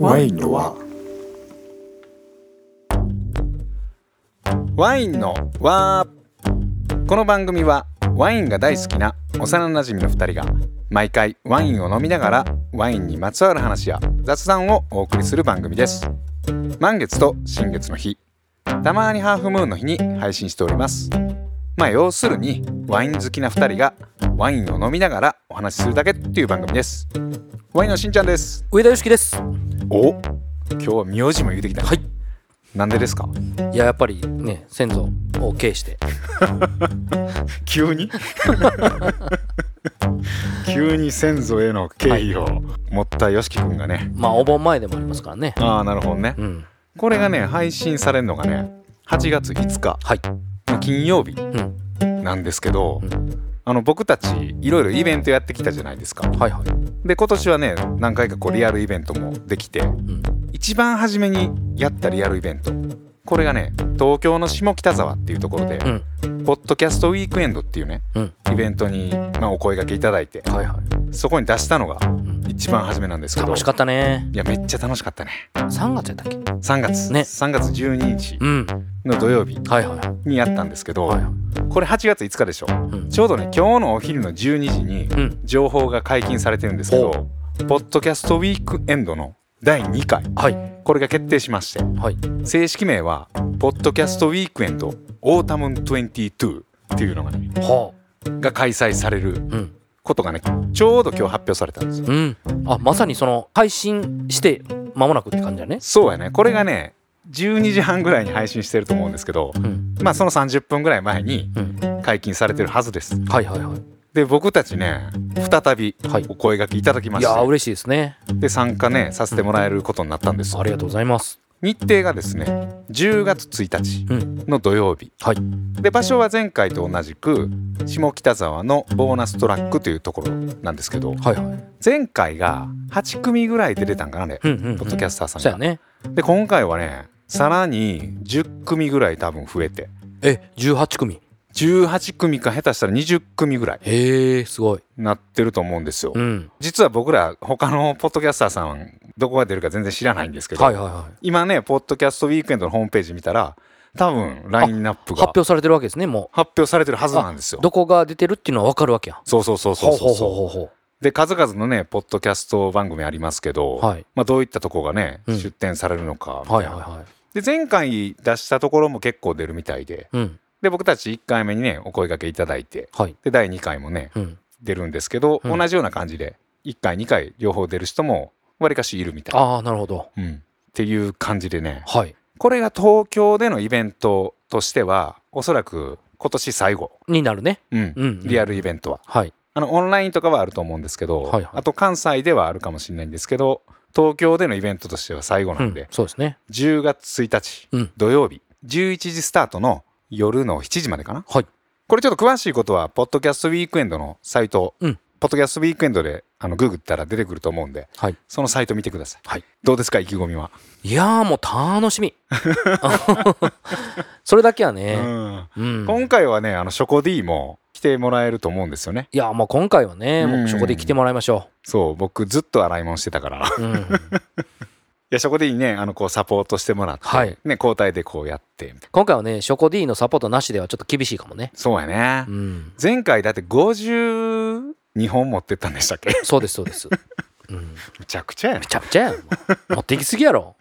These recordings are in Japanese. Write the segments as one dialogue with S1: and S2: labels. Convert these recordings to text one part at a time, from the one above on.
S1: ワインのは
S2: ワインのわーこの番組はワインが大好きな幼なじみの2人が毎回ワインを飲みながらワインにまつわる話や雑談をお送りする番組です満月と新月の日たまにハーフムーンの日に配信しておりますまあ要するにワイン好きな2人がワインを飲みながらお話しするだけっていう番組ですワインのしんちゃんです
S3: 上田よしきです
S2: お今日は名字も言うてきた
S3: はい
S2: なんでですか
S3: いややっぱりね先祖を敬して
S2: 急 に急に先祖への敬意を持ったよしきくんがね
S3: まあお盆前でもありますからね
S2: ああなるほどね
S3: うん
S2: これがね配信されるのがね8月5日
S3: はい
S2: 金曜日
S3: うん
S2: なんですけど、
S3: う
S2: あの僕たちいろいろイベントやってきたじゃないですか
S3: はいはい
S2: で今年はね何回かこうリアルイベントもできて
S3: うん
S2: 一番初めにやったリアルイベントこれがね東京の下北沢っていうところで、
S3: うん
S2: ポッドキャストウィークエンドっていうね
S3: うん
S2: イベントに、まあ、お声掛けいただいて
S3: はいはい
S2: そこに出したのが
S3: ん
S2: 一番初めなんですけど、
S3: 楽しかったね
S2: いやめっちゃ楽しかったね
S3: 3月やったっけ
S2: 3月、
S3: ね
S2: 3月12日
S3: うん
S2: の土曜日
S3: はいはい
S2: にやったんですけど、
S3: はいはい
S2: これ8月5日でしょ
S3: うん
S2: ちょうどね今日のお昼の12時に
S3: うん
S2: 情報が解禁されてるんですけど、ポッドキャストウィークエンドの第2回
S3: はい
S2: これが決定しまして
S3: はい
S2: 正式名はポッドキャストウィークエンドオータムン22っていうのがね
S3: は
S2: が開催される
S3: あうん
S2: ことがねちょうど今日発表されたんですよ
S3: うんあまさにその配信して間もなくって感じだね
S2: そうやねこれがね12時半ぐらいに配信してると思うんですけど
S3: うん
S2: まあその30分ぐらい前に
S3: うん
S2: 解禁されてるはずです
S3: はいはいはい
S2: で僕たちね再び
S3: はい
S2: お声がけいただきま
S3: い
S2: して、
S3: やー嬉しいですね
S2: で参加ねさせてもらえることになったんです
S3: ありがとうございます
S2: 日程がですね10月1
S3: うん
S2: 日の土曜日
S3: はい
S2: で場所は前回と同じく下北沢のボーナストラックというところなんですけど
S3: はいはい
S2: 前回が8組ぐらい出れたんかなね、
S3: うんうんうん
S2: ポッドキャスターさん
S3: そ
S2: が
S3: うやね
S2: で今回はねさらに10組ぐらい多分増えて
S3: え18組
S2: 18組か下手したら20組ぐらい
S3: へえすごい
S2: なってると思うんですよ、
S3: うん
S2: 実は僕ら他のポッドキャスターさんどこが出るか全然知らないんですけど、
S3: はいはいはい
S2: 今ねポッドキャストウィークエンドのホームページ見たら多分ラインナップ
S3: 発
S2: が
S3: 表されてるわけですねもう
S2: 発表されてるはずなんですよ
S3: どこが出てるっていうのは分かるわけや
S2: そうそうそうそうそうそう
S3: うほ
S2: で数々のねポッドキャスト番組ありますけど、
S3: はい
S2: まあ、どういったとこがね、
S3: うん
S2: 出展されるのかみたい
S3: はい
S2: な
S3: はいは
S2: で前回出したところも結構出るみたいで
S3: いうん
S2: で僕たち1回目にねお声掛けいただいて
S3: はい
S2: で第2回もね
S3: うん
S2: 出るんですけど、
S3: うん
S2: 同じような感じで1回2回両方出る人もわりかしいるみたいな、
S3: ああなるほど
S2: うん、っていう感じでね
S3: はい
S2: これが東京でのイベントとしてはおそらく今年最後、
S3: になるね
S2: うん
S3: うんうん
S2: リアルイベントは
S3: はい
S2: あのオンラインとかはあると思うんですけど、
S3: はいはい
S2: あと関西ではあるかもしれないんですけど東京でのイベントとしては最後
S3: う
S2: なんで、
S3: んそうですね
S2: 10月1日
S3: うん
S2: 土曜日11時スタートの夜の7時までかな
S3: はい
S2: これちょっと詳しいことはポッドキャストウィークエンドのサイト、
S3: うん
S2: ポッドキャストウィークエンドであのググったら出てくると思うんで
S3: はい
S2: そのサイト見てください、
S3: はい
S2: どうですか意気込みは、
S3: いやーもう楽 しみそれだけはね
S2: うん
S3: うん
S2: 今回はねあのショコ D も来てもらえると思うんですよね
S3: いやーもう今回はね
S2: う
S3: も
S2: ん
S3: うそこで来てもらいましょ
S2: そう僕ずっと洗い物してたからいう
S3: うん
S2: やショコ D にねあのこうサポートしてもらって、
S3: はい
S2: ね、交代でこうやって
S3: 今回はねショコ D のサポートなしではちょっと厳しいかもね
S2: そうやね、
S3: うん
S2: 前回だって52本持ってったんでしたっけ
S3: そうですそうですうん
S2: むちゃくちゃやね
S3: めちゃくちゃやんもう持ってきすぎやろ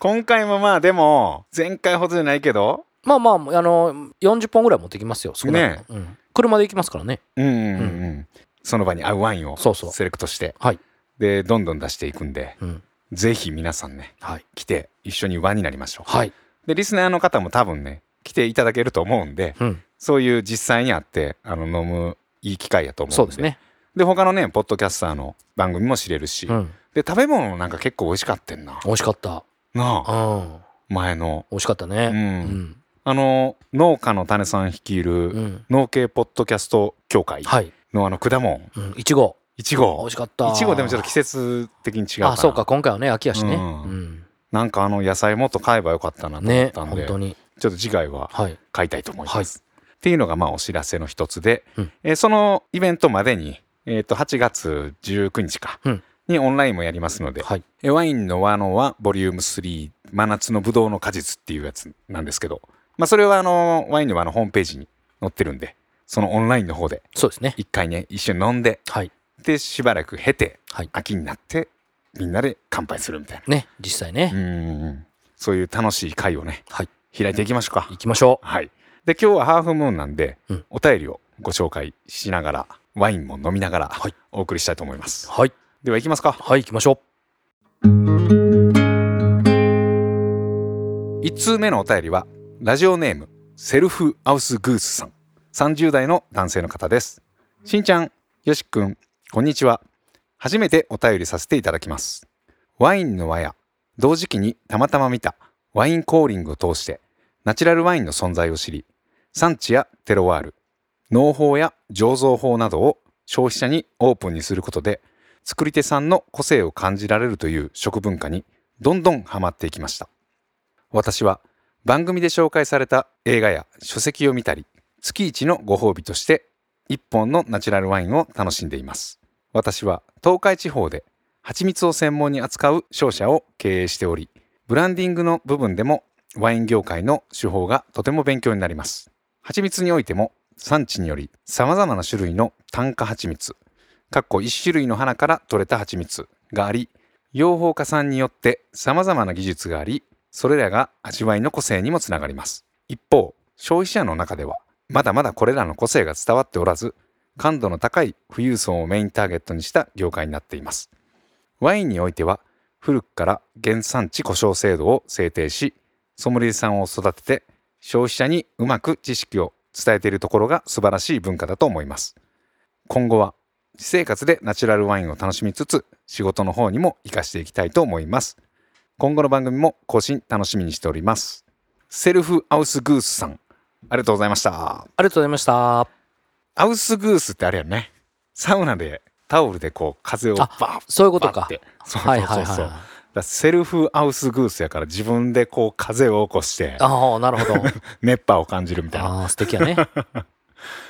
S2: 今回もまあでも前回ほどじゃないけど
S3: まあまあ、あの、40本ぐらい持ってきますよ、少なくともうん車で行きますからね。
S2: うんうんうん、その場に合うワインを
S3: そうそう
S2: セレクトして
S3: はい。
S2: でどんどん出していくんで
S3: うん。
S2: ぜひ皆さんね
S3: はい。
S2: 来て一緒に輪になりましょう、
S3: はい。
S2: でリスナーの方も多分ね来ていただけると思うんで
S3: うん。
S2: そういう実際にあってあの飲むいい機会やと思うんで
S3: そうですね。
S2: で他のねポッドキャスターの番組も知れるし、
S3: うん。
S2: で食べ物もなんか結構美味しかったんな
S3: 美味しかった。
S2: なあ
S3: うん。
S2: 前の
S3: 美味しかった
S2: う
S3: ね。うんん。
S2: あの農家の種さん率いうる
S3: ん。
S2: 農系ポッドキャスト協会
S3: はい。
S2: のあの果物
S3: うん。いちご。
S2: いち
S3: 美
S2: ご
S3: 味しかっ
S2: い
S3: た。
S2: ちごでもちょっと季節的に違うから
S3: あ、そうか、今回はね、秋やしね。
S2: う
S3: うんん。
S2: なんかあの野菜もっと買えばよかったなと思っ
S3: ね、
S2: たんで、
S3: 本当に。
S2: ちょっと次回は
S3: はい。
S2: 買いたいと思います、っていうのがまあお知らせの一つで、
S3: うん
S2: えーそのイベントまでに、えー、と8月19日か、
S3: うん
S2: にオンラインもやりますので、
S3: はい。
S2: えワインの和のはボリューム3真夏のぶどうの果実っていうやつなんですけど、まあ、それはあのワインの和のホームページに載ってるんでそのオンラインの方で
S3: そうですね。
S2: 一回ね一緒に飲んで
S3: はい。
S2: でしばらく経て
S3: はい。
S2: 秋になってみんなで乾杯するみたい
S3: ね、実際
S2: な
S3: ね。
S2: うんそういう楽しい会をね、
S3: はい
S2: 開いていきましょうか
S3: 行きましょ
S2: はいで今日はハーフムーンなんで、
S3: うん
S2: お便りをご紹介しながらワインも飲みながら
S3: はい
S2: お送りしたいと思います、
S3: う。はい。
S2: では行きますか
S3: はい、行きましょ
S2: 1通目のお便りはラジオネームセルフアウスグースさん30代の男性の方ですしんちゃんよしくんこんにちは初めてお便りさせていただきますワインの和や同時期にたまたま見たワインコーリングを通してナチュラルワインの存在を知り産地やテロワール農法や醸造法などを消費者にオープンにすることで作り手さんの個性を感じられるという食文化にどんどんハマっていきました私は番組で紹介された映画や書籍を見たり月一のご褒美として一本のナチュラルワインを楽しんでいます私は東海地方で蜂蜜を専門に扱う商社を経営しておりブランディングの部分でもワイン業界の手法がとても勉強になります蜂蜜においても産地により様々な種類の単価蜂蜜かっこ1種類の花から取れた蜂蜜があり養蜂家さんによって様々な技術がありそれらが味わいの個性にもつながります一方消費者の中ではまだまだこれらの個性が伝わっておらず感度の高い富裕層をメインターゲットにした業界になっていますワインにおいては古くから原産地故障制度を制定しソムリエさんを育てて消費者にうまく知識を伝えているところが素晴らしい文化だと思います今後は私生活でナチュラルワインを楽しみつつ仕事の方にも活かしていきたいと思います今後の番組も更新楽しみにしておりますセルフアウスグースさんありがとうございました
S3: う。ありがとうございました。
S2: アウスグースってあれやねサウナでタオルでこう風をバ
S3: あ
S2: ーッ
S3: そういうこと
S2: バー
S3: か
S2: っ。てそうそ
S3: は
S2: う
S3: い
S2: そうそう、
S3: はいはいは
S2: だ
S3: い。
S2: からセルフアウスグースやから自分でこう風を起こして
S3: ああ、なるほ ど。
S2: 熱波を感じるみたいな
S3: ああ、素敵やね。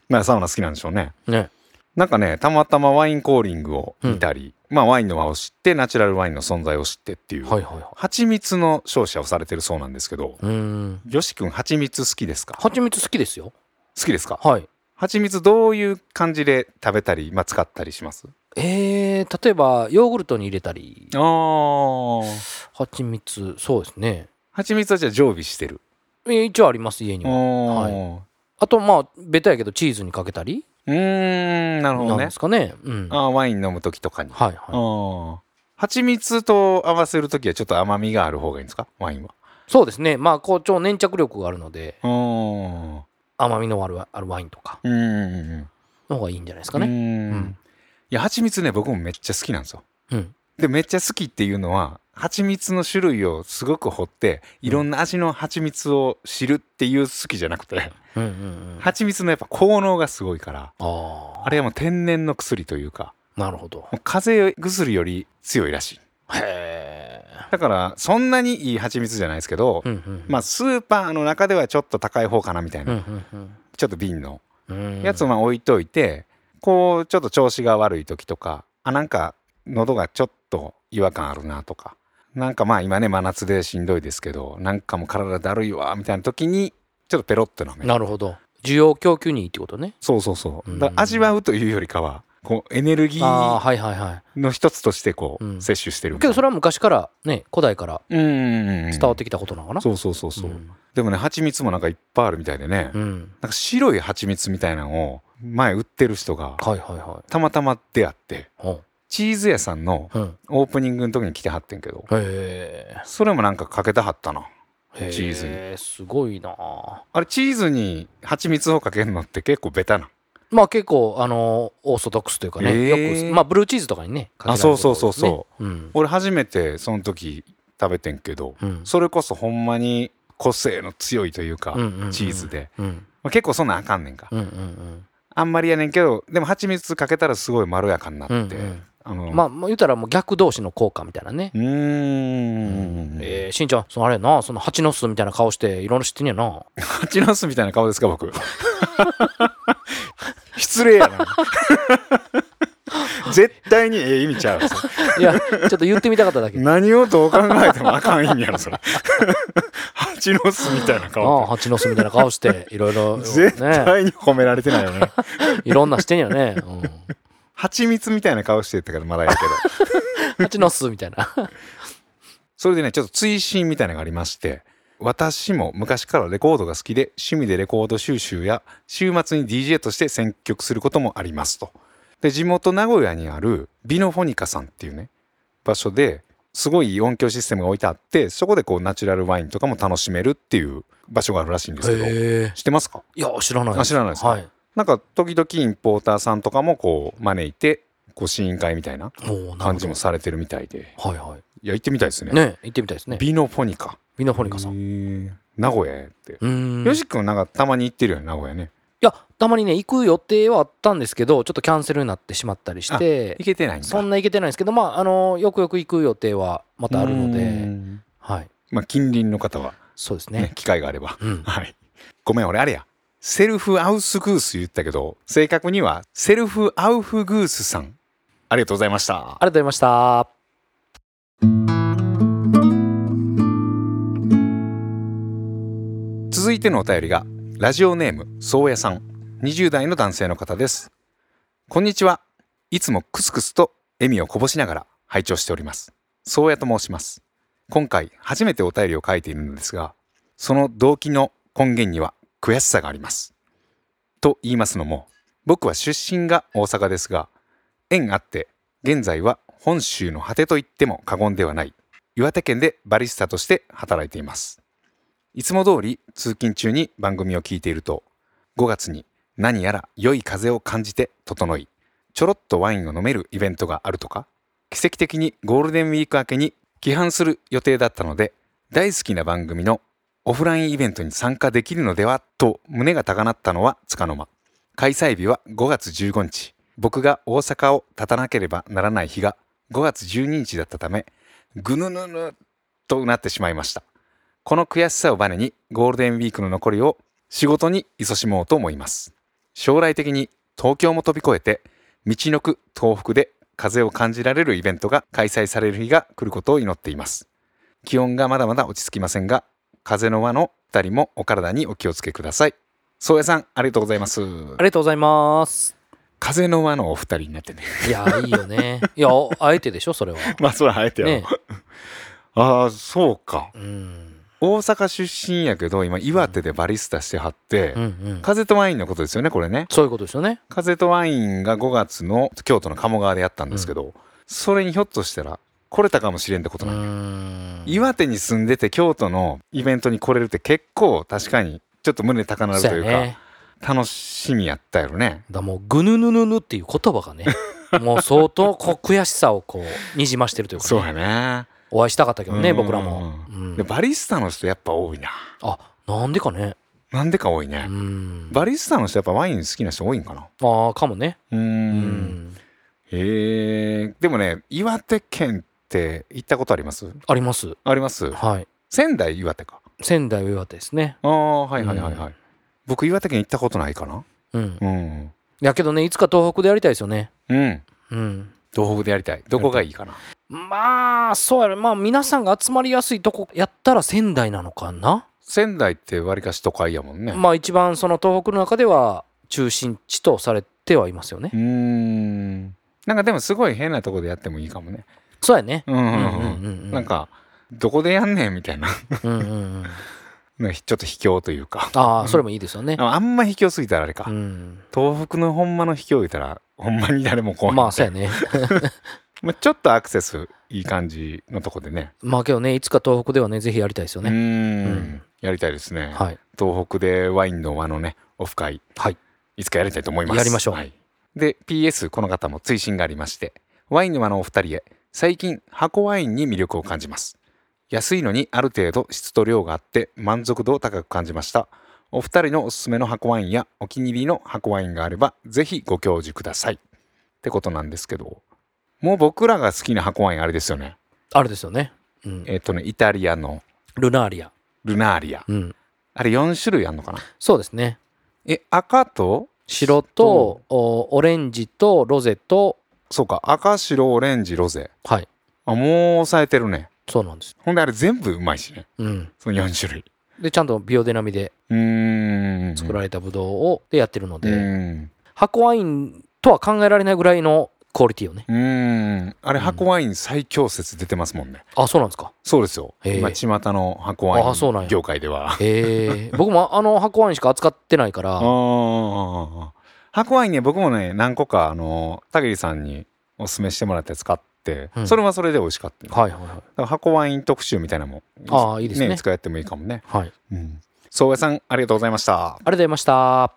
S2: まあサウナ好きなんでしょうね
S3: ね。
S2: なんかねたまたまワインコーリングを見たり、まあワインの輪を知ってナチュラルワインの存在を知ってっていう、
S3: はいはいは
S2: 蜂蜜の商社をされてるそうなんですけど
S3: い。うーん。
S2: よし君蜂蜜好きですか好
S3: 蜂蜜好きですよ。
S2: きですか
S3: はい。
S2: 蜂蜜どういう感じで食べたり、まあ、使ったりします
S3: えー、例えばヨーグルトに入れたり、
S2: ああ
S3: 蜂蜜、そうですね。
S2: 蜂蜜はじゃあ常備してる
S3: えー一応あります、家には。
S2: おー
S3: あと、まあ、ベタやけど、チーズにかけたり、
S2: うーんなるほ
S3: な
S2: ど
S3: ん
S2: ね
S3: ですかね。うん。
S2: あーワイン飲む時とかに、あ
S3: はいはい。
S2: ー蜂蜜と合わせる時はちょっと甘みがある方がいいんですかワインは
S3: そうですね。まあ、こう、超粘着力があるので、
S2: うーん
S3: 甘みのあるあるワインとか
S2: うんうんうん
S3: の方がいいんじゃないです
S2: う
S3: か
S2: ん
S3: ね。
S2: う
S3: うんん
S2: いや蜂蜜ね僕もめっちゃ好きなんですよ
S3: うん。
S2: でめっちゃ好きっていうのは蜂蜜の種類をすごく掘っていろんな味の蜂蜜を知るっていう好きじゃなくて
S3: うんうんうん。あ
S2: 蜂蜜のやっぱ効能がすごいから
S3: あ
S2: あれはもう天然の薬というか
S3: ー、なるほど。
S2: もう風邪薬より強いらしい
S3: へえ。
S2: だからそんなにいい蜂蜜じゃないですけど、
S3: うんうん。
S2: まあスーパーの中ではちょっと高い方かなみたい
S3: うん
S2: な、
S3: うん
S2: ちょっと瓶の
S3: うん。うん
S2: やつをまあ置いといてこうちょっと調子が悪い時とかあなんか喉がちょっと違和感あるなとかなんかまあ今ね真夏でしんどいですけどなんかもう体だるいわみたいな時にちょっとペロッと飲める
S3: なるほど。需要供給にいいってことね。
S2: そうそうそう
S3: うん
S2: だから味わうというよりかはこうエネルギ
S3: ああ、
S2: ー
S3: はいはいは
S2: の一つとしてこ
S3: う
S2: うん摂取してる
S3: い。けどそ
S2: れ
S3: れは昔からね、古代から
S2: うんうんうんうん
S3: 伝わってきたことなのかな。
S2: そうそうそうそう、
S3: ん
S2: でもね蜂蜜もなんかいっぱいあるみたいでね、
S3: うん。
S2: なんか白い蜂蜜みたいなのを前売ってる人が
S3: はいはいは
S2: たまたま出会って
S3: い。うん
S2: チーズ屋さんの
S3: うん。
S2: オープニングの時に来てはってんけど
S3: へ
S2: それもなんかかけたはったな
S3: え。
S2: チーズに
S3: に。すごいなあ
S2: あれチーズに蜂蜜をかけるのって結構ベタな
S3: まあ結構、あの、オーソドックスというか
S2: へ
S3: ね、
S2: え
S3: よく、まあブルーチーズとかにね、かけられる
S2: あそうそうそうそう
S3: こと多いですね
S2: 俺初めてその時食べてんけど
S3: うん。うん。
S2: それこそほんまに個性の強いというか、
S3: うんうんうん
S2: チーズで、
S3: うん。
S2: まあ、結構そんなんあかんねんか、
S3: うんうん
S2: あんまりやねんけどでも蜂蜜かけたらすごいまろやかになって、
S3: うんうん
S2: あの
S3: うん。まあ、もう言うたらもう逆同士の効果みたいなね。
S2: うーん、
S3: えー、しんちゃん、そのあれやな、その蜂の巣みたいな顔して、いろいろ知ってんねやな。
S2: 蜂の巣みたいな顔です か僕失礼やな絶対にええ意味ちゃうそれ
S3: いやちょっと言ってみたかっただ け
S2: 何をどう考えてもあかん意味やろそれ蜂の巣みたいな
S3: ああ
S2: 顔
S3: 蜂の巣みたいな顔していろいろ
S2: 絶
S3: ね
S2: 対に褒められてないよね
S3: いろんなしてんや ね、う
S2: 蜂蜜みたいな顔してたからまだやけど
S3: ん、蜂の巣みたいな
S2: それでねちょっと追伸みたいなのがありまして私も昔からレコードが好きで趣味でレコード収集や週末に DJ として選曲することもありますと。で地元名古屋にあるビノフォニカさんっていうね場所ですごい音響システムが置いてあってそこでこうナチュラルワインとかも楽しめるっていう場所があるらしいんですけど
S3: え
S2: 知ってますか
S3: いや知らない
S2: あ知らないですか
S3: はい
S2: なんか時々インポーターさんとかもこう招いてこう試飲会みたいな
S3: おおなる
S2: 感
S3: ほ
S2: じ
S3: ど
S2: もされてるみたいで
S3: はいはい
S2: いや行ってみたいですね。
S3: ね行ってみたいですね
S2: ビノフォニカ
S3: ミノフォニカさん
S2: へー名古屋やって。
S3: うーん
S2: よし君なんかたまに行ってるよね名古屋ね。
S3: いやたまにね行く予定はあったんですけどちょっとキャンセルになってしまったりして
S2: 行けてないんだ。
S3: そんな行けてないんですけどまああのよくよく行く予定はまたあるの
S2: う
S3: で
S2: ん
S3: はい
S2: まあ近隣の方は
S3: そうです
S2: ね
S3: ね
S2: 機会があれば。
S3: うん
S2: はい。ごめん俺あれや。セルフアウスグース言ったけど正確にはセルフアウフグースさんありがとうございました
S3: あ。りがとうございました
S2: 続いてのお便りがラジオネーム宗谷さん20代の男性の方ですこんにちはいつもクスクスと笑みをこぼしながら拝聴しております宗谷と申します今回初めてお便りを書いているのですがその動機の根源には悔しさがありますと言いますのも僕は出身が大阪ですが縁あって現在は本州の果てと言っても過言ではない岩手県でバリスタとして働いていますいつも通り通勤中に番組を聞いていると5月に何やら良い風を感じて整いちょろっとワインを飲めるイベントがあるとか奇跡的にゴールデンウィーク明けに帰還する予定だったので大好きな番組のオフラインイベントに参加できるのではと胸が高鳴ったのはつかの間開催日は5月15日僕が大阪を立たなければならない日が5月12日だったためぐぬぬぬとなってしまいましたこの悔しさをバネにゴールデンウィークの残りを仕事に勤しもうと思います将来的に東京も飛び越えて道のく東北で風を感じられるイベントが開催される日が来ることを祈っています気温がまだまだ落ち着きませんが風の輪の2人もお体にお気をつけください宗谷さんありがとうございます
S3: ありがとうございます
S2: 風の輪のお二人になってね
S3: いやいいよねいやあえてでしょそれは
S2: まあそれはあえて
S3: ね
S2: ああそうか
S3: うん
S2: 大阪出身やけど今岩手でバリスタしてはって、
S3: うんうん
S2: 風とワインのことですよねこれね
S3: そういうことですよね
S2: 風とワインが5月の京都の鴨川でやったんですけど、それにひょっとしたら来れたかもしれんってこと
S3: う
S2: なの、
S3: ん
S2: 岩手に住んでて京都のイベントに来れるって結構確かにちょっと胸高鳴ると
S3: そう
S2: いう
S3: や
S2: か
S3: ね
S2: 楽しみやったやろね
S3: だからもうぐぬぬぬぬっていう言葉 がねもう相当こう悔しさをこうにじましてるというか、ね、
S2: そうやね
S3: お会いしたかったけど
S2: う
S3: ね
S2: ん
S3: 僕らも、うん
S2: でバリスタの人やっぱ多いな
S3: あなんでかね
S2: なんでか多いうね、
S3: ん
S2: バリスタの人やっぱワイン好きな人多いんかな
S3: ああかもね
S2: うー
S3: うん
S2: へえでもね岩手県って行ったことあります
S3: あります
S2: あります
S3: はい
S2: 仙台岩手か
S3: 仙台は岩手ですね
S2: ああはいはいはいはい、僕岩手県行ったことないかな
S3: うん
S2: うん
S3: やけどねいつか東北でやりたいですよね
S2: うん
S3: うん
S2: 東北でやりたいどこがいいかな
S3: まあそうやろまあ皆さんが集まりやすいとこやったら仙台なのかな、
S2: 仙台ってわりかし都会やもんね、
S3: まあ一番その東北の中では中心地とされてはいますよね、
S2: うーんなんかでもすごい変なとこでやってもいいかもね
S3: そうやね
S2: うんうんうん,、
S3: うんうんうん
S2: なんかどこでやんねんみたいな
S3: うんうんうん
S2: なんかちょっと卑怯というか
S3: ああそれもいいですよね
S2: ああんま卑怯すぎたらあれか、
S3: うん
S2: 東北のほんまの卑怯言うたらほんまに誰も来ん
S3: まあそうやね
S2: まあ、ちょっとアクセスいい感じのとこでね
S3: まあけどねいつか東北ではねぜひやりたいですよ
S2: う
S3: ね
S2: ーん
S3: うん
S2: やりたいですね、
S3: はい
S2: 東北でワインの輪のねオフ会
S3: はい
S2: いつかやりたいと思います
S3: やりましょう
S2: はい、で PS この方も追伸がありましてワインの輪のお二人へ最近箱ワインに魅力を感じます安いのにある程度質と量があって満足度を高く感じましたお二人のおすすめの箱ワインやお気に入りの箱ワインがあればぜひご教授くださいってことなんですけどもう僕らが好きな箱ワインあれですよね
S3: あれですよね、うん、
S2: えっ、とねイタリアの
S3: ルナーリア、
S2: ルナーリア
S3: うん、
S2: あれ4種類あんのかな
S3: そうですね
S2: え赤と
S3: 白と、おオレンジとロゼと
S2: そうか赤白オレンジロゼ
S3: はい
S2: あもう抑えてるね
S3: そうなんです
S2: ほんであれ全部うまいしね
S3: うん
S2: その4種類
S3: でちゃんとビオデナミで
S2: うーん
S3: 作られたブドウをでやってるので、
S2: うん
S3: 箱ワインとは考えられないぐらいのクオリティをね
S2: うーんあれ箱ワイン最強説出てますもんね
S3: あそうなんですか
S2: そうですよ
S3: へえ
S2: 今巷の箱ワイ
S3: あそうなん
S2: ン
S3: や
S2: 業界では
S3: へえ僕もあの箱ワインしか扱ってないから
S2: あー箱ワインね僕もね何個かあのたけりさんにおすすめしてもらって使って、
S3: うん
S2: それはそれで美味しかった、だか
S3: はいはいはい
S2: ら箱ワイン特集みたいなのも
S3: あーいいですね
S2: いつかやってもいいかもね
S3: はいありがと
S2: うん宗谷さんありがとうございました
S3: うございました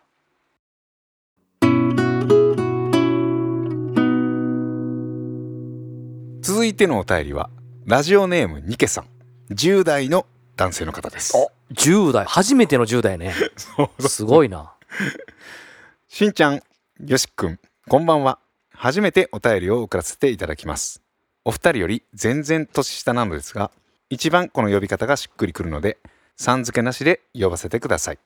S2: 続いてのお便りはラジオネームニケさん10代の男性の方です
S3: 10代初めての10代ねすごいな
S2: しんちゃん、よしくん、こんばんは。初めてお便りを送らせていただきます。お二人より全然年下なのですが、一番この呼び方がしっくりくるので、さん付けなしで呼ばせてください。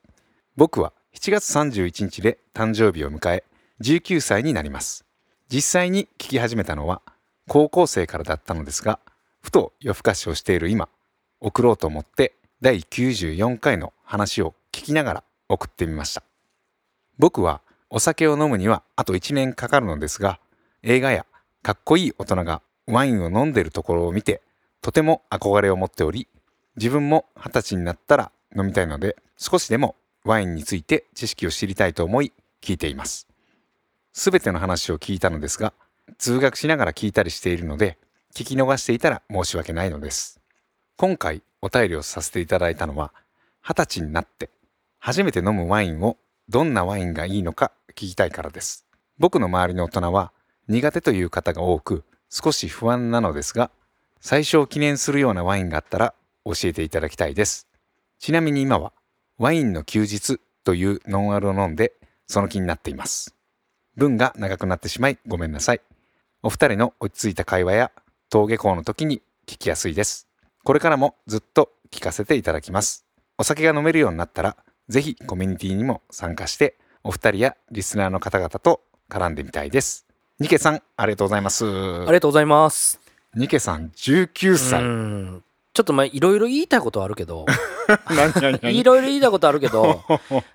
S2: 僕は7月31日で誕生日を迎え、19歳になります。実際に聞き始めたのは、高校生からだったのですが、ふと夜更かしをしている今、送ろうと思って、第94回の話を聞きながら送ってみました。僕はお酒を飲むにはあと1年かかるのですが映画やかっこいい大人がワインを飲んでるところを見てとても憧れを持っており自分も二十歳になったら飲みたいので少しでもワインについて知識を知りたいと思い聞いていますすべての話を聞いたのですが通学しながら聞いたりしているので聞き逃していたら申し訳ないのです今回お便りをさせていただいたのは二十歳になって初めて飲むワインをどんなワインがいいのか聞きたいからです僕の周りの大人は苦手という方が多く少し不安なのですが最初を記念するようなワインがあったら教えていただきたいですちなみに今はワインの休日というノンアルを飲んでその気になっています文が長くなってしまいごめんなさいお二人の落ち着いた会話や登下校の時に聞きやすいですこれからもずっと聞かせていただきますお酒が飲めるようになったらぜひコミュニティにも参加してお二人やリスナーの方々と絡んでみたいですニケさんありがとうございます
S3: ありがとうございます
S2: ニケさん19
S3: う
S2: 歳
S3: んちょっとまあいろいろ言いたいことはあるけど
S2: 何 何
S3: いろいろ言いたいことあるけ ど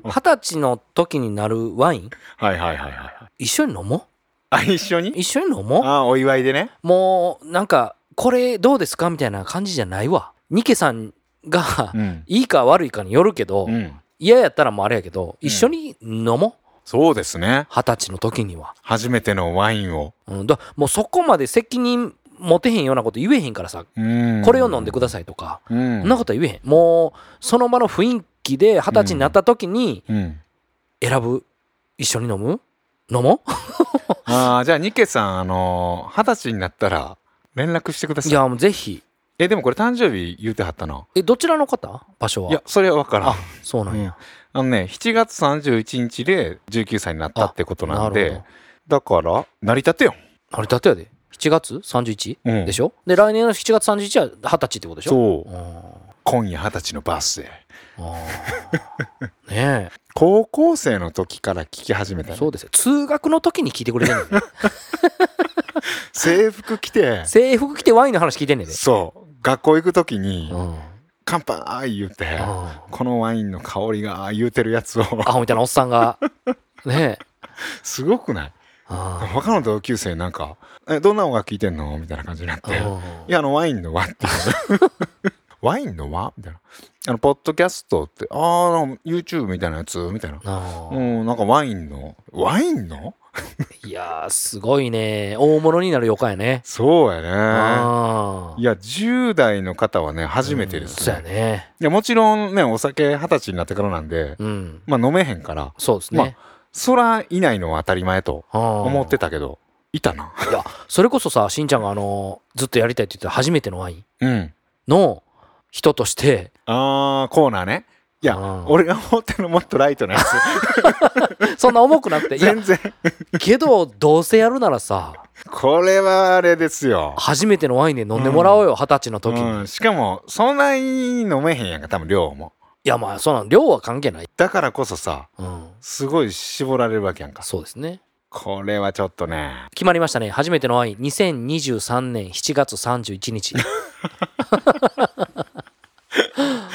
S3: 二十歳の時になるワイン
S2: はいはいはいはい
S3: 一緒に飲もう
S2: あ一緒に
S3: 一緒に飲も
S2: あお祝いでね
S3: うもうなんかこれどうですかみたいな感じじゃないわニケさんが
S2: うん、
S3: いいか悪いかによるけど
S2: うん、
S3: 嫌やったらもうあれやけど一緒に飲もう
S2: そうですね
S3: 二十歳の時には、
S2: 初めてのワインを
S3: うん、だもうそこまで責任持てへんようなこと言えへんからさ
S2: うん
S3: これを飲んでくださいとか
S2: うん
S3: そんなことは言えへんもうその場の雰囲気で二十歳になった時に
S2: うん、
S3: 選ぶ一緒に飲む飲もう
S2: あーじゃあニケさんあのー二十歳になったら連絡してくださ
S3: い
S2: い
S3: やもうぜひ
S2: えでもこれ誕生日言うてはったな
S3: えどちらの方場所はい
S2: やそれは分からん
S3: あそうなんや、
S2: あのね7月31日で19歳になったってことなん
S3: なる
S2: でだから成り立てよ
S3: あれだってやで7月 31?、
S2: うん
S3: でしょで来年の7月31は二十歳ってことでしょ
S2: そう
S3: うん
S2: 今夜二十歳のバースデー
S3: あーね
S2: 高校生の時から聞き始めた
S3: え
S2: ね
S3: そうですよ通学の時に聞いてくれてんねん ね
S2: 制服着て
S3: 制服着てワインの話聞いてんねんで、
S2: そう学校行く時に
S3: うんうん
S2: 「乾杯!」言うて
S3: ア
S2: このワインの香りが言うてるやつを
S3: ホみたいなおっさんがねえ
S2: すごくない
S3: あ
S2: 他の同級生なんか「えどんな音楽聴いてんの?」み たいな感じになっ
S3: ー
S2: て
S3: うん
S2: いや、あの、ワインの輪っていう。 ワインの輪みたいな。あの、ポッドキャストって、ああ、なんか YouTube みたいなやつみたいな。
S3: あー
S2: うん、なんかワインの。ワインの
S3: いやーすごいね大物になる予感やね
S2: そうやね。
S3: あ
S2: いや、10代の方はね、初めてです
S3: そうや
S2: ね。
S3: ね
S2: いや、もちろんね、お酒二十歳になってからなんで、
S3: うん
S2: まあ飲めへんから、
S3: そうですね、
S2: そらいないのは当たり前と思
S3: 思
S2: ってたけど、いたな。
S3: いやそれこそさしんちゃんがあのずっとやりたいって言ってた初めてのワイン
S2: うん。
S3: の人として
S2: ああ、コーナーね。いや
S3: うん、
S2: 俺が思ってるのもっとライトなやつ。
S3: そんな重くなく ていや
S2: 全然。
S3: けどどうせやるならさ
S2: これはあれですよ。
S3: 初めてのワインで飲んでもらおうよ二十歳の時に、
S2: う
S3: い
S2: ん、しかもそんなに飲めへんやんか多分量も
S3: やまあそんなん量は関係ない、
S2: だからこそさ
S3: うん、
S2: すごい絞られるわけやんか
S3: そうですね
S2: これはちょっとね
S3: 決まりましたね初めてのワイン2023年7月31日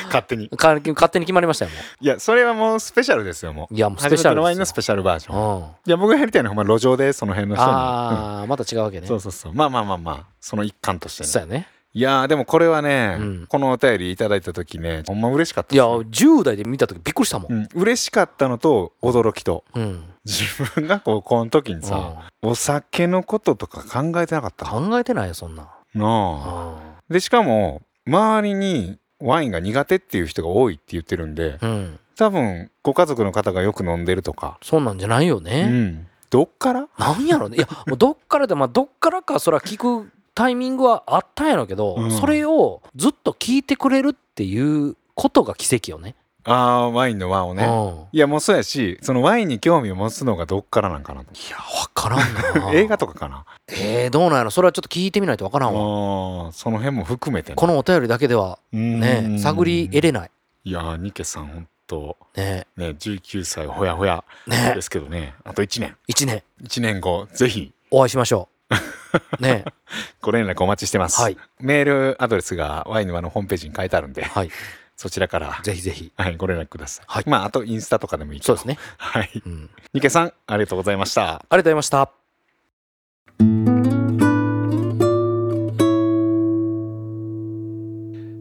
S2: 勝手に
S3: か勝手に決まりましたよ
S2: いやそれはもうスペシャルですよもう
S3: いやもうスペシャルで
S2: 初
S3: すよ
S2: めてのワインのスペシャルバージョン
S3: もう、うん、
S2: いや僕がやりたいのはほんま路上でその辺の人に
S3: ああまた違うわけ
S2: うん
S3: ね
S2: そうそうそうまあまあまあまあその一環としてね
S3: そうやね
S2: いやーでもこれはね、
S3: うん
S2: このお便りいただいた時ねほんま嬉しかった
S3: い
S2: で
S3: や
S2: すね
S3: 10代で見た時びっくりしたもん、
S2: うん、嬉しかったのと驚きと
S3: うん
S2: 自分がこうこの時にさ、
S3: さ
S2: お酒のこととか考えてなかったな
S3: 考えてないよそんな、
S2: あでしかも周りにワインが苦手っていう人が多いって言ってるんで
S3: うんうん、
S2: 多分ご家族の方がよく飲んでるとか、
S3: そんなんじゃないよ
S2: う
S3: ね、
S2: ん、どっから
S3: なんやろねいやもうどっからでまあどっからかそら聞くタイミングはあったんやろうけど、
S2: うん
S3: それをずっと聞いてくれるっていうことが奇跡よね。
S2: あーワインの輪を
S3: うん、い
S2: ねいやもうそうやしそのワインに興味を持つのがどっからなんかなと
S3: や分からん な
S2: 映画とかかな
S3: えー、どうなんやろそれはちょっと聞いてみないと分から
S2: あ
S3: んわ
S2: ーその辺も含めてね
S3: このお便りだけでは
S2: う
S3: ね
S2: ん
S3: 探り得れない
S2: いやーニケさんほんと
S3: ね
S2: ね19歳ほやほや
S3: ね
S2: ですけどねあと1年
S3: 1年
S2: 1年後ぜひ
S3: お会いしましょうね
S2: ご連絡お待ちしてます、
S3: はい
S2: メールアドレスがワインの輪のホームページに書いてあるんで
S3: はい
S2: そちらから
S3: ぜひぜひ
S2: はい、ご連絡ください。
S3: はい
S2: まあ、あとインスタとかでもいいけ
S3: そ
S2: ど。
S3: うですね、
S2: はい。
S3: うん、ありが
S2: ニケさん、ありがとうございました。
S3: とうございました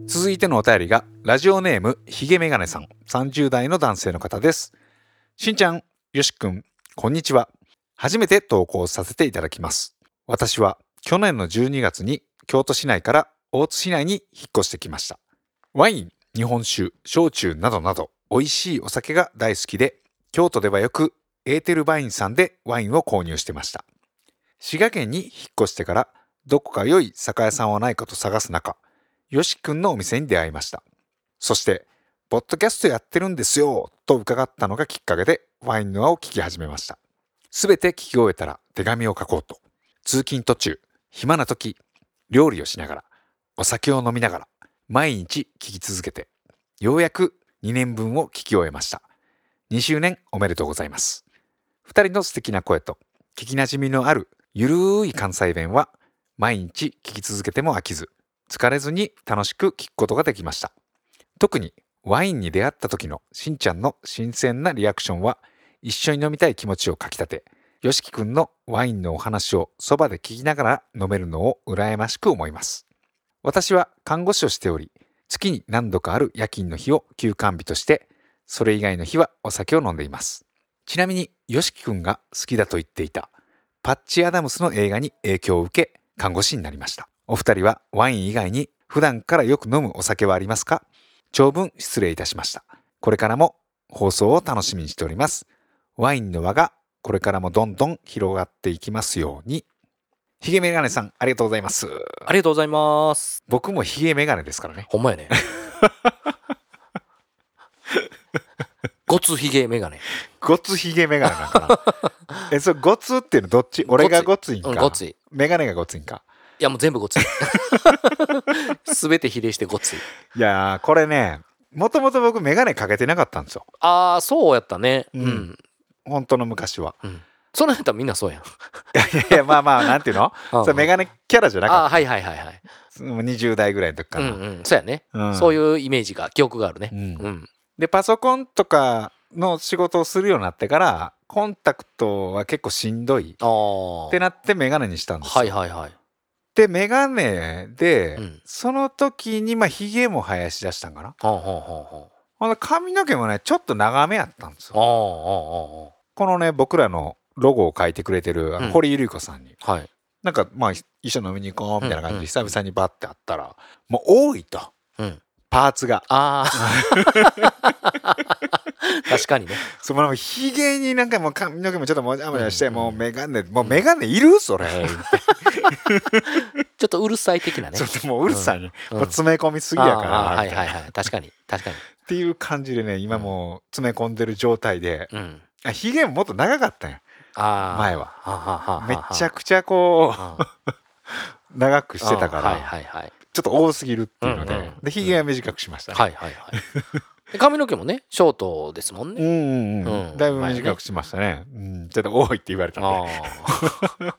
S2: 続いてのお便りが、ラジオネーム、ひげめがねさん、30代の男性の方です。しんちゃん、よしくん、こんにちは。初めて投稿させていただきます。私は、去年の12月に、京都市内から大津市内に引っ越してきました。ワイン、日本酒、焼酎などなど、美味しいお酒が大好きで、京都ではよく、エーテルバインさんでワインを購入してました。滋賀県に引っ越してから、どこか良い酒屋さんはないかと探す中、よしくんのお店に出会いました。そして、ポッドキャストやってるんですよと伺ったのがきっかけでワインの輪を聞き始めました。すべて聞き終えたら手紙を書こうと。通勤途中、暇な時、料理をしながら、お酒を飲みながら、毎日聞き続けて、ようやく2年分を聞き終えました。2周年おめでとうございます。2人の素敵な声と、聞きなじみのあるゆるーい関西弁は、毎日聞き続けても飽きず、疲れずに楽しく聞くことができました特にワインに出会った時のしんちゃんの新鮮なリアクションは一緒に飲みたい気持ちをかきたてよしきくんのワインのお話をそばで聞きながら飲めるのを羨ましく思います私は看護師をしており月に何度かある夜勤の日を休館日としてそれ以外の日はお酒を飲んでいますちなみによしきくんが好きだと言っていたパッチ・アダムスの映画に影響を受け看護師になりましたお二人はワイン以外に普段からよく飲むお酒はありますか長文失礼いたしましたこれからも放送を楽しみにしておりますワインの輪がこれからもどんどん広がっていきますようにヒゲメガネさんありがとうございます
S3: ありがとうございます
S2: 僕もヒゲメガネですからね
S3: ほんまやねごつひげメガネ
S2: ゴツヒゲメガネなんかな えそれゴツっていうのどっち俺がゴツインか
S3: うんごつい
S2: メガネがゴツインか
S3: いやもう全部ごつい。すべて比例してごつい。
S2: いやーこれねもともと僕メガネかけてなかったんですよ
S3: ああ、そうやったね。うん。
S2: うん本当の昔は
S3: そのやったらみんなそうやん。
S2: いやまあまあなんていうのそれメガネキャラじゃな
S3: あ
S2: か
S3: あ、
S2: っ
S3: はいはいはいはい。
S2: たもう20代ぐらいの時か
S3: うん
S2: な、
S3: うん。そうやね。
S2: うん
S3: そういうイメージが、記憶があるね
S2: う。ん
S3: うん。
S2: でパソコンとかの仕事をするようになってからコンタクトは結構しんどい
S3: ああ。
S2: ってなってメガネにしたんですよ、
S3: はいはいはい。
S2: でメガネで、
S3: うん
S2: その時にまあひげも生やしだしたんかな
S3: ほんほんほんほん。
S2: ほんで髪の毛もねちょっと長めやったんですよ
S3: ああ、
S2: このね僕らのロゴを書いてくれてるあの
S3: うん
S2: 堀井由里子さんに、
S3: ああ、ああ。はい。
S2: なんかまあ一緒に飲みに行こうみたいな感じで
S3: うんう
S2: 久
S3: ん
S2: 々にバッて会ったらもう多いと
S3: うん。
S2: パーツが
S3: あ あ。確かにね。
S2: そのひげになんかもう髪の毛もちょっともじゃもじゃして、
S3: うんうん
S2: もうメガネもうメガネいるそれ、
S3: ちょっとうるさい的なね
S2: ちょ。っともううるさいね、
S3: うん
S2: もう詰め込みすぎやか
S3: ああ
S2: ら
S3: は
S2: み
S3: い
S2: たいな
S3: はいはい。確かに。確かに。
S2: っていう感じでね今もう詰め込んでる状態で
S3: うん。
S2: あひげももっと長かったんや
S3: ああ。
S2: 前は
S3: はははは
S2: めちゃくちゃこ
S3: は
S2: う長くしてたか
S3: うんはい
S2: ら
S3: はいはい。
S2: ちょっと多すぎるっていうので、
S3: うんうん
S2: でひげは短くしましたね、
S3: はいはいはい。髪の毛もねショートですもん
S2: う
S3: ね。
S2: んうんう、
S3: うんん
S2: だいぶ短くしましたね、うん、ちょっと多いって言われたん
S3: あ
S2: で
S3: あ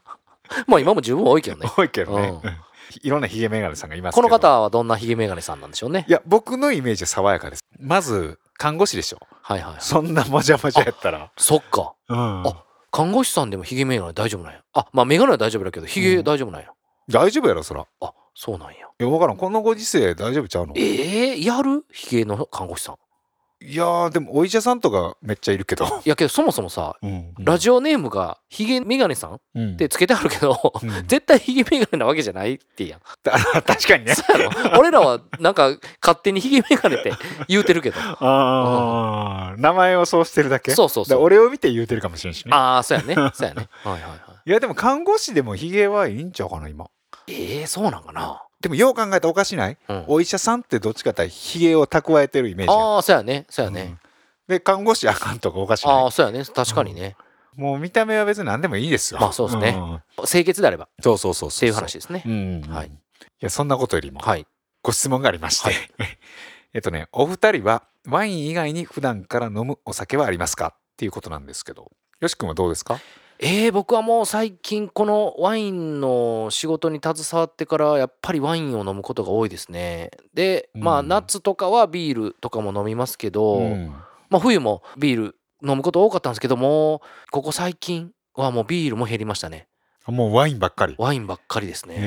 S3: まあ今も十分多いけどね。
S2: 多いけどね、
S3: う
S2: いろんなヒゲメガネさんがいますけ
S3: こ
S2: ど
S3: の方はどんなヒゲメガネさんなんでしょうね
S2: い。や僕のイメージは爽やかですまず看護師でしょ
S3: はいはい。
S2: そんなもじゃもじゃやったら
S3: そっか。
S2: うん
S3: あ看護師さんでもヒゲメガネ大丈夫なんや。あまあメガネは大丈夫だけどヒ
S2: う
S3: ゲ
S2: ん
S3: 大丈夫なんや。
S2: 大丈夫やろそらい
S3: あそうなんや。
S2: や分からんこのご時世大丈夫ちゃうのい
S3: ええやるヒゲの看護師さん。
S2: やーでもお医者さんとかめっちゃいるけど、
S3: いやけどそもそもさ
S2: うん
S3: ラジオネームがヒゲメガネさんっ
S2: オ、うん
S3: てつけてあるけど、
S2: うん
S3: 絶対ヒゲメガネなわけじゃないってやん。
S2: あ確かにね
S3: そうやろ俺らはなんか勝手にヒゲメガネって言うて るけど。
S2: あー名前をそうしてるだけ
S3: そうそう
S2: だか
S3: そ
S2: ら
S3: う。
S2: 俺を見て言うてるかもしれんしね
S3: ああ、そうやね。そうやね。はいはいはい。
S2: いやでも看護師でもヒゲはいいんちゃうかな今
S3: ええそうなんかな。
S2: でもよう考えたらおかしない
S3: うん、
S2: お医者さんってどっちかっていうとヒゲを蓄えてるイメージやん
S3: ああ、そうやね。そうや
S2: う
S3: ね
S2: ん。で看護師あかんとかおかし
S3: あ
S2: な
S3: あ、そうやね。確かにね。
S2: いもう見た目は別に何でもいいですよ
S3: まあそうですね
S2: ん
S3: 清潔であればっ
S2: そうそうそうそう
S3: ていう話ですね
S2: う。ん、
S3: はい
S2: いやそんなことよりも
S3: はい。
S2: ご質問がありまして、
S3: は
S2: えっとねお二人はワイン以外に普段から飲むお酒はありますかっていうことなんですけどよし君はどうですか
S3: えー、僕はもう最近このワインの仕事に携わってからやっぱりワインを飲むことが多いですね。でまあ
S2: うん
S3: 夏とかはビールとかも飲みますけど、
S2: うん
S3: まあ、冬もビール飲むこと多かったんですけどもここ最近はもうビールも減りましたね。
S2: もうワインばっかり
S3: ワインばっかりですね。
S2: へ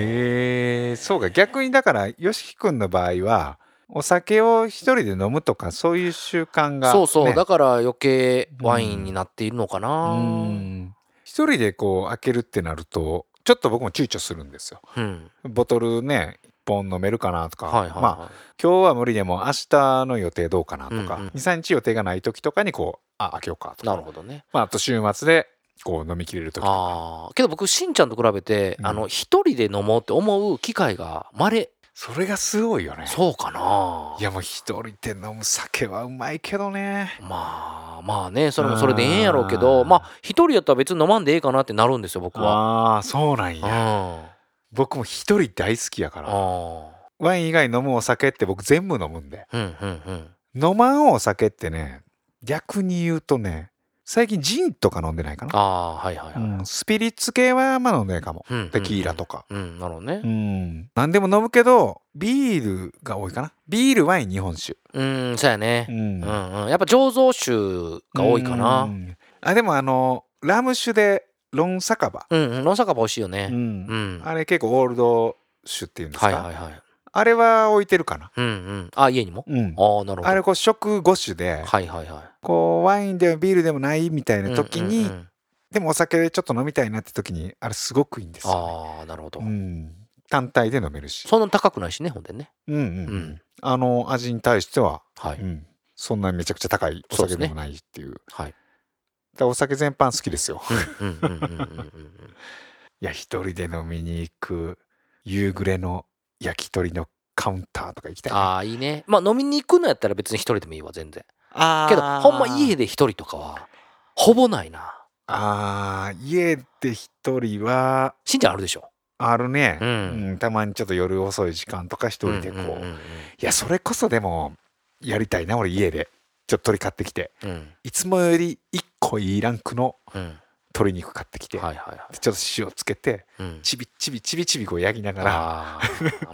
S2: えそうか逆にだからよし君の場合はお酒を一人で飲むとかそういう習慣が、ね、
S3: そうそう、だから余計
S2: うん
S3: ワインになっているのかな。
S2: う
S3: うん
S2: ん一人でこう開けるってなるとちょっと僕も躊躇するんですよボトルね1本飲めるかなとか、
S3: はいはい、はい
S2: まあ今日は無理でも明日の予定どうかなと
S3: う
S2: か、
S3: んうん
S2: 23日予定がない時とかにこうあ開けようかとか
S3: なるほどね。
S2: まあ、あと週末でこう飲みきれる時
S3: ああけど僕しんちゃんと比べて、
S2: うん
S3: あの一人で飲もうって思う機会がまれ
S2: それがすごいよね
S3: そうかない
S2: やもう一人で飲む酒はうまいけどね
S3: まあまあねそれもそれでええんやろう
S2: あ
S3: けど
S2: ー
S3: まあ一人やったら別に飲まんでええかなってなるんですよ僕は。
S2: ああそうなん
S3: うん
S2: や
S3: あ
S2: 僕も一人大好きやから
S3: ー
S2: ワイン以外飲むお酒って僕全部飲むんで
S3: うんうんうん
S2: 飲まんお酒ってね逆に言うとね最近ジンとか飲んでないかな、
S3: ああーはいはいはい。
S2: うん、スピリッツ系はあんま飲んでないかも
S3: うんうんうん
S2: テキーラとか
S3: うんなるほどね
S2: う。ん何でも飲むけどビールが多いかなビールワイン日本酒
S3: うんそうやね。
S2: ん
S3: うんうん、やっぱ醸造酒が多いか
S2: う
S3: な。
S2: んあでもあのラム酒でロン酒場、
S3: うん、うん、ロン酒場美味しいよ
S2: う
S3: ね。
S2: ん
S3: うん。は
S2: あれ結構オールド酒っていうんですか、
S3: いはいはい。
S2: あれは置いてるかな、
S3: うんうん。あ、家にも
S2: うん
S3: ああ、なるほど。
S2: あれこう食5種で
S3: はいはいは
S2: こうワインでもビールでもないみたい
S3: い。
S2: な時に、
S3: うんうんうん
S2: でもお酒ちょっと飲みたいなって時にあれすごくいいんですよ、ね
S3: ああ、なるほど。
S2: うん、単体で飲めるし、
S3: そんな高くないしね、ほんでね。
S2: うんうん
S3: う
S2: うん
S3: ん。
S2: あの味に対しては、
S3: は
S2: う
S3: い。
S2: ん、そんなめちゃくちゃ高いお
S3: そう
S2: 酒
S3: です
S2: で
S3: ね
S2: もないっていう
S3: はい。
S2: だからお酒全般好きですよ。
S3: うんうんうんうんうんうん。
S2: いや一人で飲みに行く夕暮れの焼き鳥のカウンターとか行きたいね。
S3: ああ、いいね。まあ、飲みに行くのやったら別に一人でもいいわ、全然。
S2: あ
S3: けど、ほんま家で一人とかは、ほぼないな。
S2: あー家で一人は
S3: しんちゃんあるでしょ。
S2: あるね、
S3: うん
S2: うんたまにちょっと夜遅い時間とか一人でこう,、
S3: ん
S2: い
S3: ん
S2: やそれこそでもやりたいな俺家でちょっと鳥買ってきて
S3: うんうん。
S2: いつもより1個いいランクの
S3: うん。
S2: 鶏肉買ってきて、
S3: はいはいは
S2: でちょっと塩つけて
S3: い。うん。
S2: ちびちびちびちびこう焼きながら。
S3: あ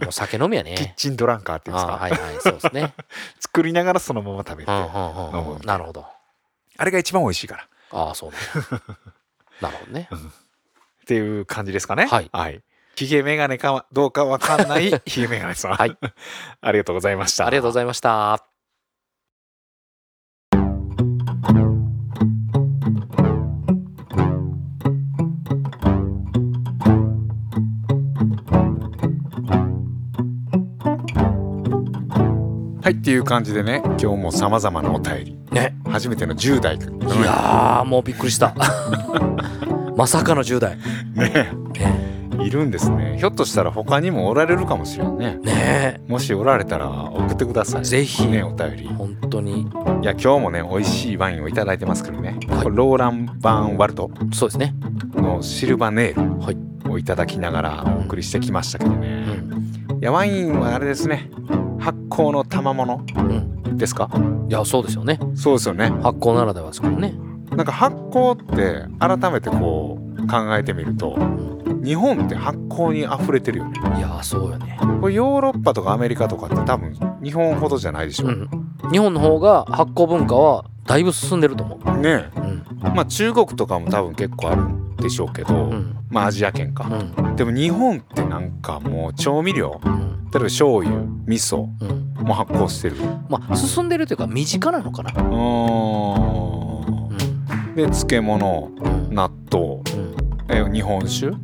S3: あ、もう酒飲み や
S2: キッ
S3: ね。
S2: チンドランカーっていうんです
S3: あ
S2: か、
S3: あはいはい、そうです ね。
S2: 作りながらそのまま食べて、
S3: うん
S2: あ
S3: うんうん
S2: 飲
S3: う
S2: む
S3: ん。なるほど。
S2: れが一番美味しいから
S3: ああ、 そうなんだ。なるほどね。
S2: っていう感じですかね。
S3: はい
S2: ヒゲメガネかはどうかわかんない ヒゲメガネさん。
S3: はい。
S2: ありがとうございました。
S3: ありがとうございました。
S2: はい、っていう感じでね、今日も様々なお便り。
S3: ね。
S2: 初めての10代。
S3: いやー、もうびっくりした。 まさかの10代。
S2: ね、
S3: ね
S2: いるんですね。ひょっとしたら他にもおられるかもしれんね。
S3: ね
S2: もしおられたら送ってください。
S3: ぜひ
S2: ね、お便り。い
S3: え。本当に。
S2: や、今日もね、美味しいワインをいただいてますけどね。これローラン・バーンワルト
S3: そうですね。
S2: のシルバネール。
S3: はい
S2: をいただきながらお送りしてきましたけど
S3: う
S2: ね、い
S3: ん。
S2: やワインはあれですね発酵の賜物
S3: うん。
S2: ですか
S3: いやそうですよね
S2: そうですよね
S3: 発酵ならではですからね
S2: なんか発酵って改めてこう考えてみると日本って発酵に溢れてるよね
S3: いやーそうよね、
S2: これヨーロッパとかアメリカとかって多分日本ほどじゃないでしょ、
S3: うん、日本の方が発酵文化はだいぶ進んでると思う
S2: ね
S3: うん
S2: えまあ中国とかも多分結構あるんでしょうけど、
S3: うん
S2: まあアジア圏か、
S3: うん
S2: でも日本ってなんかもう調味料
S3: うん
S2: 例えば醤油味噌
S3: うん
S2: も発酵してるう
S3: まあ進んでるというか身近なのかな
S2: ー
S3: うん
S2: んで漬物
S3: うん
S2: 納豆
S3: う
S2: え
S3: ん
S2: 日本酒
S3: うん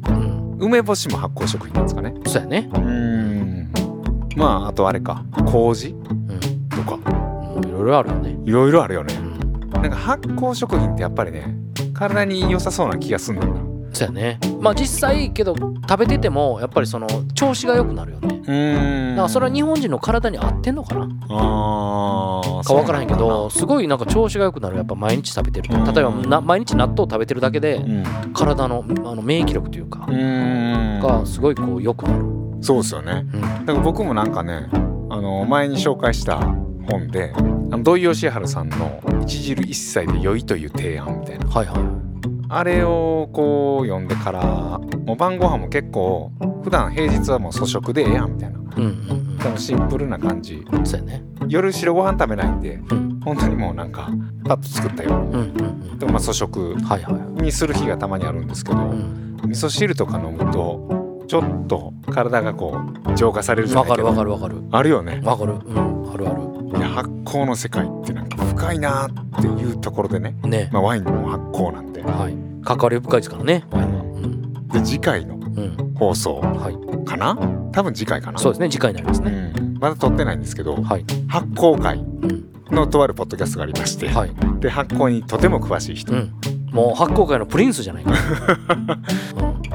S2: 梅干しも発酵食品なんですかね
S3: そうやね
S2: うーんまああとあれか麹
S3: うん
S2: とか
S3: もういろいろあるよね
S2: いろいろあるよね
S3: うん
S2: なんか発酵食品ってやっぱりね体に良さそうな気がすんだよなう
S3: そうやねまあ実際けど食べててもやっぱりその調子が良くなるよね
S2: ーん
S3: だからそれは日本人の体に合ってんのかな
S2: あー
S3: か
S2: そう
S3: 分からへんけどすごいなんか調子が良くなるやっぱ毎日食べてる
S2: うん
S3: と例えばな毎日納豆を食べてるだけで
S2: うんう
S3: 体のあの免疫力というか
S2: ーん
S3: がすごいこう良くなる、
S2: そうですよね
S3: うん
S2: だから僕もなんかねあの前に紹介した本であの土井善晴さんの「著一切で良い」という提案みたいな
S3: はいはい
S2: あれをこう読んでからもう晩ご飯も結構普段平日はもう粗食でええやんみたいな
S3: うんうん
S2: 多分シンプルな感じ
S3: うんそうやね
S2: 夜白ご飯食べないんで
S3: うん
S2: 本当にもうなんかパッと作ったよ
S3: うんうんうん
S2: でもまあ粗食
S3: はいはい
S2: にする日がたまにあるんですけど
S3: うん
S2: 味噌汁とか飲むとちょっと体がこう浄化されるじゃ
S3: わ
S2: ない
S3: か
S2: け
S3: る
S2: ど
S3: わかるわかる
S2: あるよね
S3: わかるうんあるある
S2: いや発酵の世界ってなんか深いなーっていうところでね、
S3: ね
S2: まあ、ワインも発酵なんで
S3: はい関わり深いですからね
S2: うん
S3: うん
S2: で次回の
S3: うん
S2: 放送
S3: はい
S2: かな多分次回かな
S3: そうですね次回になりますね
S2: うん、まだ撮ってないんですけど
S3: はい
S2: 発酵会
S3: うん
S2: のとあるポッドキャストがありまして、
S3: はい
S2: で発酵にとても詳しい人、
S3: うんもう発酵界のプリンスじゃないか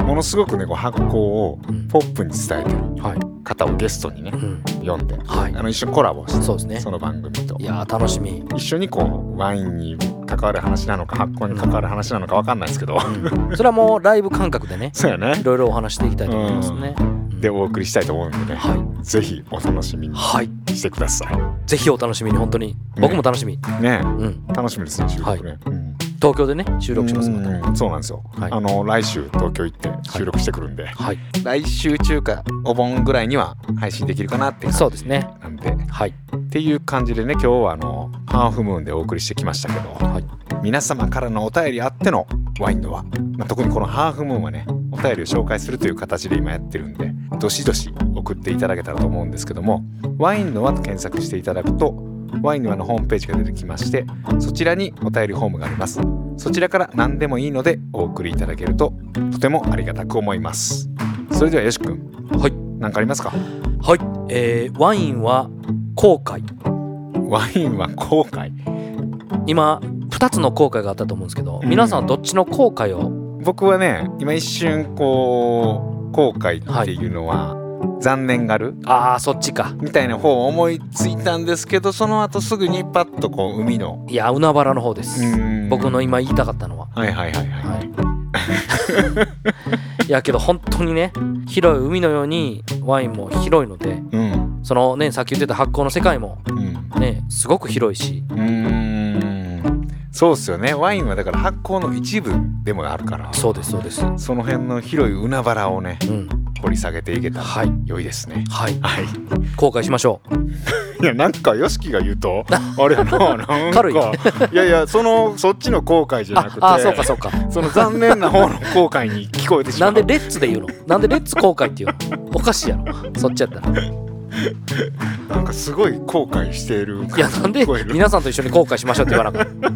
S2: ものすごくねこう発酵を
S3: うんうん
S2: ポップに伝えてる
S3: はい
S2: 方をゲストにね
S3: うん
S2: 読んで
S3: はい
S2: あの一緒にコラボして
S3: そうですね
S2: その番組と
S3: いやー楽しみ、
S2: 一緒にこうワインに関わる話なのか発酵に関わる話なのかわかんないですけど
S3: うん、それはもうライブ感覚でね
S2: そうやね
S3: いろいろお話していきたいと思いますね、
S2: でお送りしたいと思うんでね、
S3: は
S2: ぜひお楽しみ
S3: い
S2: に
S3: はい
S2: してください。
S3: ぜひお楽しみに本当に僕も楽しみ、
S2: ね
S3: うん、
S2: え楽しみですね、収録ね。うん
S3: 東京でね収録しますまた
S2: うんそうなんですよ。
S3: はい
S2: あの来週東京行って収録してくるんで、
S3: はい
S2: 来週中かお盆ぐらいには配信できるかなって感じ
S3: そうですね
S2: なんでっ
S3: はい
S2: ていう感じでね今日はあのハーフムーンでお送りしてきましたけど、
S3: はい
S2: 皆様からのお便りあってのワインのは、まあ、特にこのハーフムーンはねお便りを紹介するという形で今やってるんでどしどし送っていただけたらと思うんですけどもワインのはと検索していただくとワインの輪のホームページが出てきましてそちらにお便りフォームがありますそちらから何でもいいのでお送りいただけるととてもありがたく思いますそれではよし君
S3: はい
S2: 何かありますか
S3: はいえー、ワインは後悔
S2: ワインは後悔
S3: 今2つの後悔があったと思うんですけど、
S2: うん
S3: 皆さんどっちの後悔を
S2: 僕はね今一瞬こう後悔っていうのは、残念がる
S3: ああそっちか
S2: みたいな方を思いついたんですけどその後すぐにパッとこう海の
S3: いや海原の方です、僕
S2: の
S3: の今言いたかったのは
S2: はいはいはいはい、
S3: いやけど本当にね広い海のようにワインも広いので
S2: うん
S3: そのねさっき言ってた発酵の世界も
S2: うん
S3: ねすごく広いし
S2: うーんそうっすよねワインはだから発酵の一部でもあるから
S3: そうですそうです
S2: その辺の広い海原をね
S3: うん
S2: 掘り下げていけたら
S3: はい
S2: 良いですね
S3: はい
S2: はい
S3: 後悔しましょう
S2: いやなんか y o s が言う とあれやななんか
S3: 軽い
S2: いやいやそのそっちの後悔じゃな
S3: あ
S2: くて
S3: あそうかそうか
S2: その残念な方の後悔に聞こえてしま
S3: な
S2: うん
S3: でレッツで言うのなんでレッツ後悔っていうのおかしいやろそっちやったら
S2: なんかすごい後悔している
S3: いやなんで
S2: 聞こえる
S3: 皆さんと一緒に後悔しましょうって言わなかった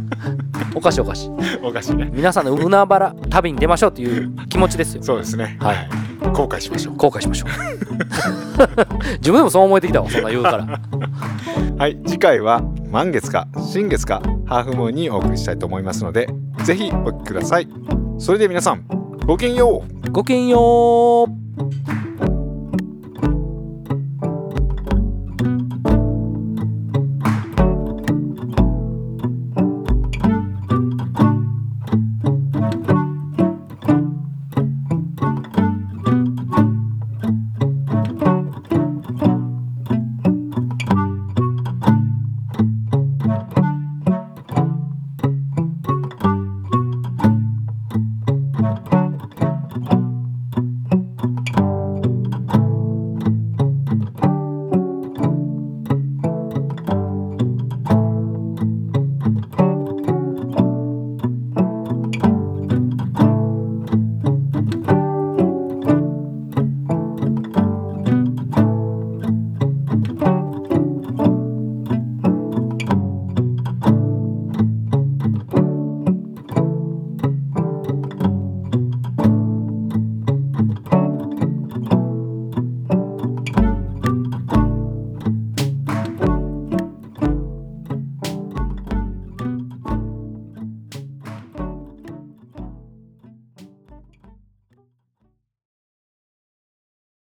S3: おかしいおかしい
S2: おかしいね
S3: 皆さんの海原旅に出ましょうっていう気持ちですよ
S2: そうですね
S3: はい
S2: 後悔しましょ
S3: 後悔しましょう自分でもそう 思えてきたわそんな言うから
S2: うはい次回は満月か新月かハーフムーンにお送りしたいと思いますのでぜひお聞きくださいそれでは皆さんごきげんよう
S3: ごきげんよう